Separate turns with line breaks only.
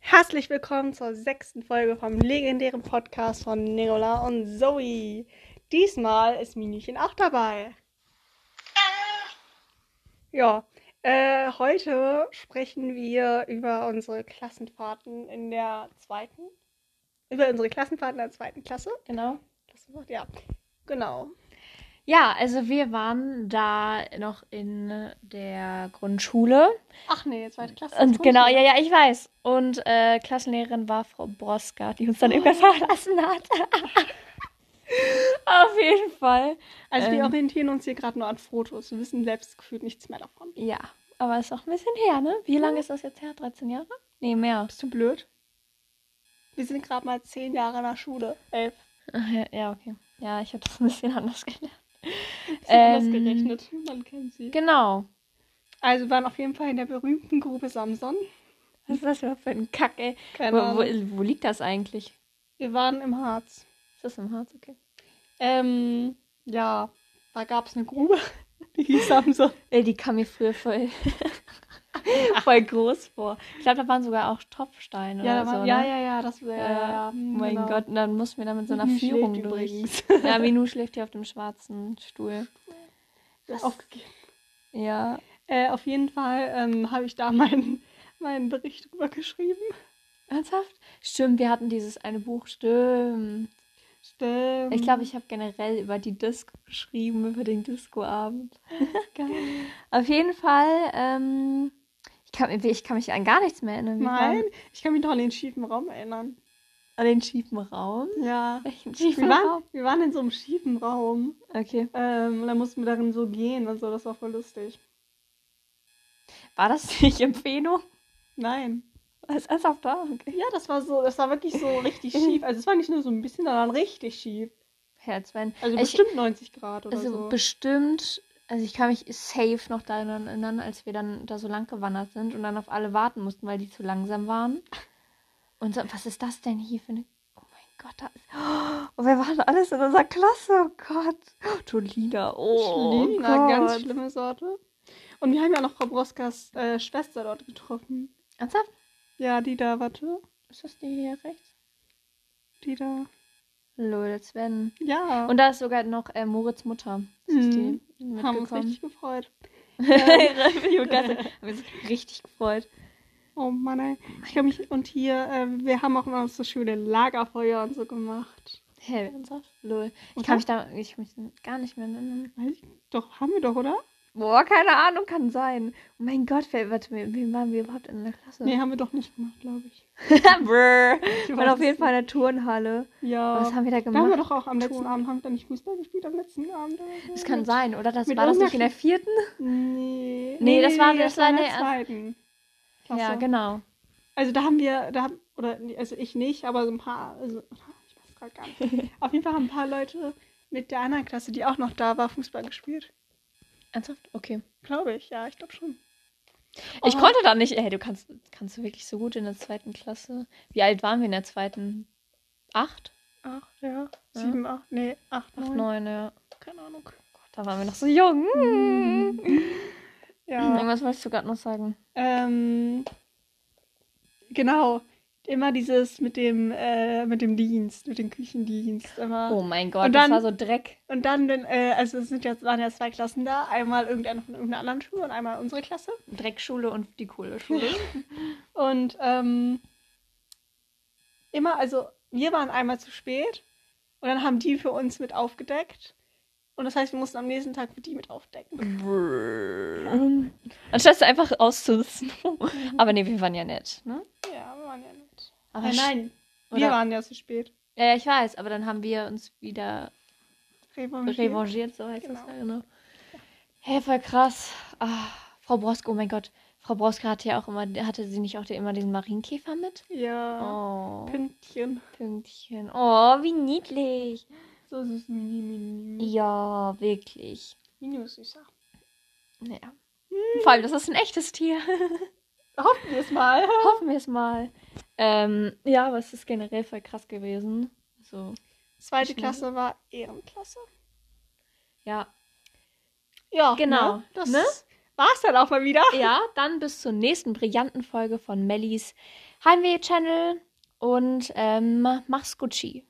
Herzlich willkommen zur sechsten Folge vom legendären Podcast von Nicola und Zoe. Diesmal ist Minüchen auch dabei. Ja, äh, heute sprechen wir über unsere Klassenfahrten in der zweiten. Über unsere Klassenfahrten in der zweiten Klasse.
Genau.
Klassenfahrt, ja. Genau.
Ja, also wir waren da noch in der Grundschule.
Ach nee, zweite Klasse.
Und
Grundschule.
genau, ja, ja, ich weiß. Und äh, Klassenlehrerin war Frau Broska, die uns dann irgendwann verlassen hat. Auf jeden Fall.
Also wir
ähm,
orientieren uns hier gerade nur an Fotos. Wir wissen selbst gefühlt nichts mehr davon.
Ja, aber ist auch ein bisschen her, ne? Wie lange ist das jetzt her? 13 Jahre? Nee, mehr.
Bist du blöd? Wir sind gerade mal zehn Jahre in der Schule. Elf.
Ach Ja, ja, okay. Ja, ich habe das ein bisschen anders gelernt.
Bisschen anders
Ähm,
gerechnet. Man kennt sie.
Genau.
Also wir waren auf jeden Fall in der berühmten Grube Samson.
Was ist das überhaupt für ein Kack, ey? Wo,
Keine
wo,
Ahnung.
wo liegt das eigentlich?
Wir waren im Harz.
Ist das im Harz? Okay.
Ähm, ja, da gab es eine Grube. Die hieß Samson.
Ey, die kam mir früher voll, voll groß vor. Ich glaube, da waren sogar auch Topfsteine
Ja, da
oder
waren,
so.
ja,
ne?
ja, ja, das wäre.
Ja, ja, ja. Oh
hm,
mein
genau.
Gott, und dann mussten wir da mit so einer
Minu schläft
Führung durch.
übrigens.
Ja, Minu schläft hier auf dem schwarzen Stuhl.
Das aufgegeben.
Ja.
Äh, auf jeden Fall ähm, habe ich da meinen, meinen Bericht drüber geschrieben.
Ernsthaft? Stimmt, wir hatten dieses eine Buch, stimmt.
Stimmt.
Ich glaube, ich habe generell über die Disco geschrieben, über den Discoabend.
Geil.
Auf jeden Fall, ähm, ich kann, ich kann mich an gar nichts mehr erinnern. Wir
Nein,
waren
ich kann mich noch an den schiefen Raum erinnern.
An den schiefen Raum.
Ja.
Welchen
Wir
schiefen Raum?
waren, wir waren in so einem schiefen Raum.
Okay.
Ähm, und dann mussten wir darin so gehen und so, das war voll lustig.
War das nicht Empfehlung?
Nein.
Was ist ernsthaft da? Okay.
Ja, das war so, das war wirklich so richtig schief. Also es war nicht nur so ein bisschen, sondern richtig schief.
Herzwein.
Also
ich,
bestimmt 90 Grad oder
also
so.
bestimmt, also ich kann mich safe noch daran erinnern, als wir dann da so lang gewandert sind und dann auf alle warten mussten, weil die zu langsam waren. Und so, was ist das denn hier für eine. Oh mein Gott, da ist. Oh, wir waren alles in unserer Klasse, oh Gott. Tolina, oh.
Schlina,
Gott.
ganz schlimme Sorte. Und wir haben ja noch Frau Broskas äh, Schwester dort getroffen.
Ernsthaft?
Ja, die da, warte.
Ist das die hier rechts?
Die da.
Lol, Sven.
Ja.
Und da ist sogar noch äh, Moritz Mutter. Ist das
Mhm.
die
haben uns
mitgekommen?
richtig gefreut.
Ich bin ganz- haben uns richtig gefreut.
Oh Mann, ey. Ich hab mich, und hier, äh, wir haben auch immer so schöne Lagerfeuer und so gemacht.
Hä, ernsthaft? Lol. Ich
Oder?
kann mich da ich kann mich gar nicht mehr erinnern.
Weiß ich, doch, haben wir doch, oder?
Boah, keine Ahnung, kann sein. Oh mein Gott, wer, warte, mit wem waren wir überhaupt in der Klasse?
Nee, haben wir doch nicht gemacht, glaube ich.
Brr.
Ich weiß
Wir waren auf
es
jeden Fall in der Turnhalle.
nicht. Ja.
Was haben Oh. wir da
Da haben wir
gemacht?
doch auch am letzten
Ton.
Abend, haben wir da nicht Fußball gespielt am letzten Abend? oder so?
Das kann sein, oder? Das
mit
war das nicht in
irgendeiner
der vierten?
Nee.
Nee, das war- das war
in
in
der
der-
zweiten. Klasse.
Ja, genau.
Also da haben wir, da haben, oder nee, also ich nicht, aber so ein paar, also ich weiß gerade gar nicht. Auf jeden Fall haben ein paar Leute mit der anderen Klasse, die auch noch da war, Fußball gespielt.
Ernsthaft? Okay.
Glaube ich, ja, ich glaube schon.
Ich
Oh.
konnte da nicht. Ey, du kannst, kannst du wirklich so gut in der zweiten Klasse. Wie alt waren wir in der zweiten? Acht?
Ach, ja. Sieben, acht, nee, acht,
Acht,
neun.
neun, ja.
Keine Ahnung. Gott.
Da waren wir noch so jung. Hm.
Ja.
Irgendwas wolltest du gerade noch sagen.
Ähm, genau. Immer dieses mit dem, äh, mit dem Dienst, mit dem Küchendienst. Immer.
Oh mein Gott,
Und dann-
das war so Dreck.
Und dann, wenn, äh, also es sind jetzt, waren ja zwei Klassen da, einmal irgendeine von irgendeiner anderen Schule und einmal unsere Klasse.
Dreckschule und die coole Schule.
Und ähm, immer, also wir waren einmal zu spät und dann haben die für uns mit aufgedeckt. Und das heißt, wir mussten am nächsten Tag für die mit aufdecken.
Mhm. Ähm, Anstatt es einfach auszusitzen. Aber nee, wir waren ja nett. Ne?
Ja, wir waren ja nicht.
Mhm. Aber
Äh, nein,
sch-
wir
oder-
waren ja zu spät.
Ja, ja, ich weiß, aber dann haben wir uns wieder
Revanche.
revanchiert, so heißt das.
Mhm. Genau.
Ja, genau. Hey, voll krass. Ah, Frau Broske, oh mein Gott. Frau Broske hatte ja auch immer, hatte sie nicht auch immer den Marienkäfer mit?
Ja.
Oh,
Pünktchen.
Pünktchen. Oh, wie niedlich.
So süß, mini, mini,
Ja, wirklich.
mini. Mini süßer.
Naja. Vor allem, das ist ein echtes Tier.
Hoffen wir es mal.
Hoffen wir es mal. Ähm, ja, aber es ist generell voll krass gewesen. So,
Zweite
Ich nicht.
Klasse war Ehrenklasse.
ja.
Ja,
Genau,
Ne? Das
ne?
War's dann auch mal wieder.
Ja, dann bis zur nächsten brillanten Folge von Mellies Heimweh-Channel und ähm, mach's Gucci.